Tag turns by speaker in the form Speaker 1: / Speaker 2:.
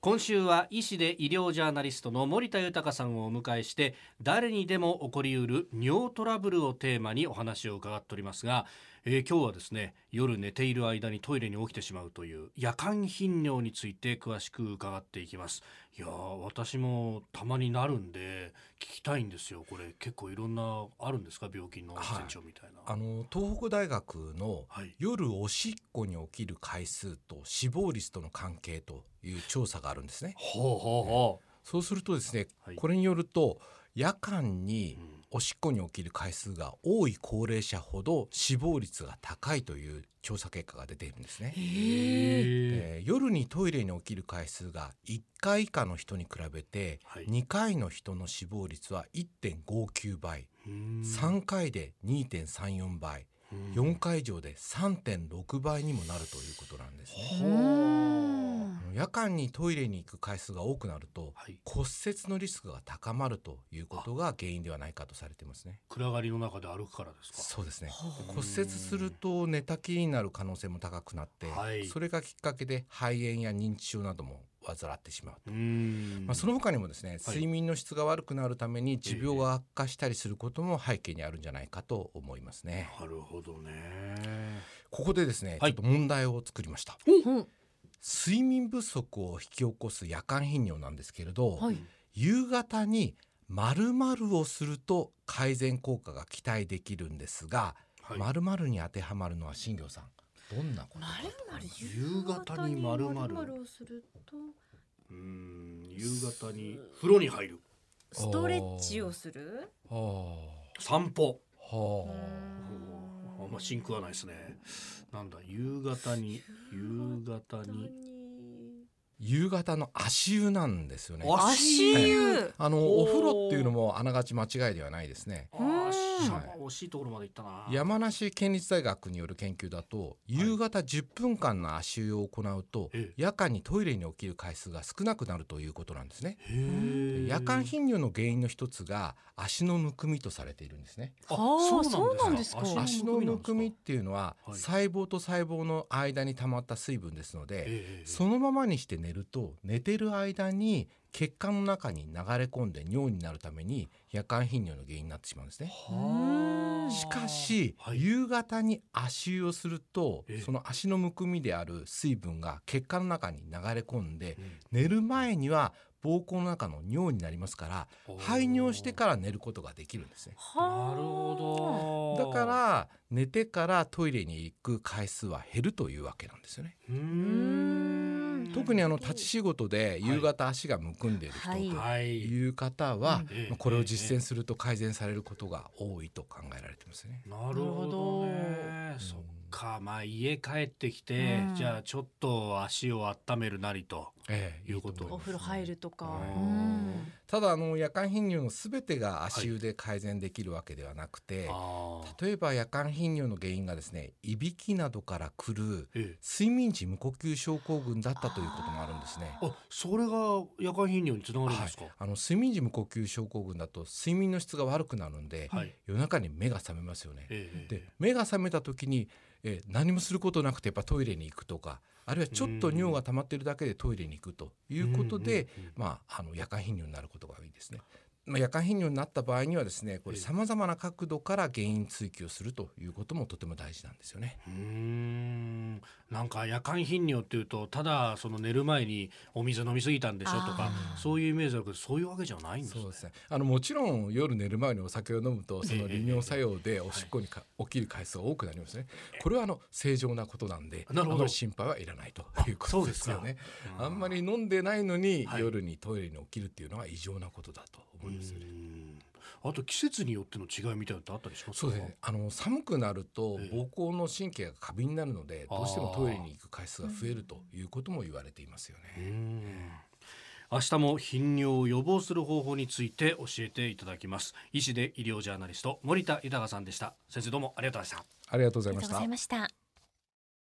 Speaker 1: 今週は医師で医療ジャーナリストの森田豊さんをお迎えして誰にでも起こりうる尿トラブルをテーマにお話を伺っておりますが、えー今日はですね夜寝ている間にトイレに起きてしまうという夜間頻尿について詳しく伺っていきますいやー私もたまになるんで聞きたいんですよこれ結構いろんなあるんですか病気の
Speaker 2: はい
Speaker 1: 前兆みたいな、
Speaker 2: あの東北大学の
Speaker 1: はい
Speaker 2: 夜おしっこに起きる回数と死亡率との関係という調査があるんですね。
Speaker 1: ほうほうほ
Speaker 2: そうするとですね、
Speaker 1: はい
Speaker 2: これによると夜間
Speaker 1: う、
Speaker 2: に
Speaker 1: うん
Speaker 2: おしっこに起きる回数が多い高齢者ほど死亡率が高いという調査結果が出ているんですね。
Speaker 3: へえ。
Speaker 1: え
Speaker 2: えー夜にトイレに起きる回数が1回以下の人に比べて
Speaker 1: はい
Speaker 2: 2回の人の死亡率は1.59倍、
Speaker 1: ーうん
Speaker 2: 3回で2.34倍、
Speaker 1: うん
Speaker 2: 4回以上で3.6倍にもなるということなんです
Speaker 1: ほ
Speaker 2: ね。
Speaker 1: う
Speaker 3: うん
Speaker 2: 夜間にトイレに行く回数が多くなると
Speaker 1: はい
Speaker 2: 骨折のリスクが高まるということが原因ではないかとされてますね。
Speaker 1: 暗がりの中で歩くからですか
Speaker 2: そうですね。
Speaker 1: う
Speaker 2: 骨折すると寝たきりになる可能性も高くなって、
Speaker 1: はい
Speaker 2: それがきっかけで肺炎や認知症なども患ってしまう。
Speaker 1: うん
Speaker 2: まあ、その他にもですね、睡眠の質が悪くなるために持病が悪化したりすることも背景にあるんじゃないかと思いますね。
Speaker 1: なるほどね
Speaker 2: ここでですね、
Speaker 1: はい
Speaker 2: ちょっと問題を作りました。
Speaker 3: うん
Speaker 2: 睡眠不足を引き起こす夜間頻尿なんですけれど、
Speaker 3: はい。
Speaker 2: 夕方に〇〇をすると改善効果が期待できるんですが、
Speaker 1: はい
Speaker 2: 〇〇に当てはまるのは新業さんどんなこと
Speaker 3: ま
Speaker 2: か
Speaker 3: る
Speaker 2: と思
Speaker 3: まる
Speaker 2: います
Speaker 1: 夕方にまるまる
Speaker 3: をすると
Speaker 1: うん夕方に風呂に入る
Speaker 3: ストレッチをする。
Speaker 1: 散歩
Speaker 2: は
Speaker 1: おーあんまシンクはないですねなんだ夕方に夕方に
Speaker 3: に。
Speaker 2: 夕方の足湯なんですよね
Speaker 1: あ
Speaker 3: 足湯。
Speaker 2: あの
Speaker 1: おー
Speaker 2: お風呂っていうのもあながち間違いではないですね
Speaker 1: あー
Speaker 3: うん
Speaker 1: しゃ
Speaker 2: は
Speaker 1: 惜しいところまで行ったな
Speaker 2: 山梨県立大学による研究だと夕方10分間の足湯を行うと、
Speaker 1: え
Speaker 2: 夜間にトイレに起きる回数が少なくなるということなんですね
Speaker 1: へー
Speaker 2: 夜間頻尿の原因の一つが足のむくみとされているんですね
Speaker 1: あ
Speaker 3: あーそうなんで
Speaker 2: 足
Speaker 1: 足
Speaker 2: の
Speaker 1: の
Speaker 2: む
Speaker 1: む
Speaker 2: く
Speaker 1: く
Speaker 2: み
Speaker 1: み
Speaker 2: っ
Speaker 1: なんですか
Speaker 2: ていうのは
Speaker 1: はい
Speaker 2: 細胞と細胞の間に溜まった水分ですので
Speaker 1: ええ
Speaker 2: そのままにして寝ると寝てる間に血管の中に流れ込んで尿になるために夜間頻尿の原因になってしまうんですね
Speaker 1: はー
Speaker 2: しかし、
Speaker 1: はい
Speaker 2: 夕方に足湯をすると
Speaker 1: ええ
Speaker 2: その足のむくみである水分が血管の中に流れ込んで
Speaker 1: うん
Speaker 2: 寝る前には膀胱の中の尿になりますから排尿してから寝ることができるんですね
Speaker 1: なるほ
Speaker 2: だ
Speaker 1: ど
Speaker 2: から寝てからトイレに行く回数は減るというわけなんですよね
Speaker 1: うーん
Speaker 2: 特にあの立ち仕事で夕方足がむくんでいる
Speaker 3: はい
Speaker 2: 人
Speaker 1: は
Speaker 2: と
Speaker 1: い
Speaker 2: いう方は
Speaker 3: うん
Speaker 1: ええ
Speaker 2: まあこれを実践すると改善されることが多いと考えられてますね
Speaker 1: なるほどね
Speaker 2: ん
Speaker 1: そっかまあ家帰ってきて、
Speaker 3: うん
Speaker 1: じゃあちょっと足を温めるなりと
Speaker 2: ええ
Speaker 1: いうこと
Speaker 2: 思
Speaker 3: お
Speaker 2: ます
Speaker 3: 風呂入るとか。
Speaker 1: う
Speaker 3: うんん
Speaker 2: ただあの夜間頻尿のすべてが足湯で改善できるわけではなくて、
Speaker 1: ああ
Speaker 2: 例えば夜間頻尿の原因がですねいびきなどから来る
Speaker 1: ええ
Speaker 2: 睡眠時無呼吸症候群だったということもあるんですね。
Speaker 1: あそれが夜間頻尿につながるんですか、
Speaker 2: はいあの睡眠時無呼吸症候群だと睡眠の質が悪くなるんで、
Speaker 1: はい
Speaker 2: 夜中に目が覚めますよね。
Speaker 1: ええ
Speaker 2: で目が覚めた時に、えー何もすることなくてやっぱトイレに行くとかあるいはちょっと尿が溜まってるだけでトイレに行くということで、、
Speaker 1: うんうんうん
Speaker 2: まあ、あの夜間頻尿になることが多いですね。まあ、夜間頻尿になった場合にはですねこれ
Speaker 1: ええ
Speaker 2: さまざまな角度から原因追及をするということもとても大事なんですよね。
Speaker 1: うーんなんか夜間頻尿っていうとただその寝る前にお水飲みすぎたんでしょとか
Speaker 3: あー
Speaker 1: そういうイメージだけどそういうわけじゃないんですね
Speaker 2: そうですねあのもちろん夜寝る前にお酒を飲むとその利尿作用でおしっこにか起きる回数が多くなりますね。これはあの正常なことなんで
Speaker 1: なるほど
Speaker 2: あまり心配はいらないというこ
Speaker 1: そ
Speaker 2: と
Speaker 1: う
Speaker 2: で
Speaker 1: ですす
Speaker 2: よ
Speaker 1: か
Speaker 2: ね。
Speaker 1: う
Speaker 2: あんまり飲んでないのに
Speaker 1: はい
Speaker 2: 夜にトイレに起きるっていうのは異常なことだと思
Speaker 1: う
Speaker 2: いますよね。
Speaker 1: んあと季節によっての違いみたいなのってあったりしますか
Speaker 2: そうですね。あの寒くなると
Speaker 1: ええ
Speaker 2: 膀胱の神経が過敏になるので、どうしてもトイレに行く回数が増えるということも言われていますよ
Speaker 1: う
Speaker 2: ね。
Speaker 1: ん明日も頻尿を予防する方法について教えていただきます医師で医療ジャーナリスト森田豊さんでした先生どうもありがとうございました
Speaker 2: ありがとうござい
Speaker 3: あり
Speaker 2: まし
Speaker 3: がとうござ
Speaker 2: た
Speaker 3: い。ました。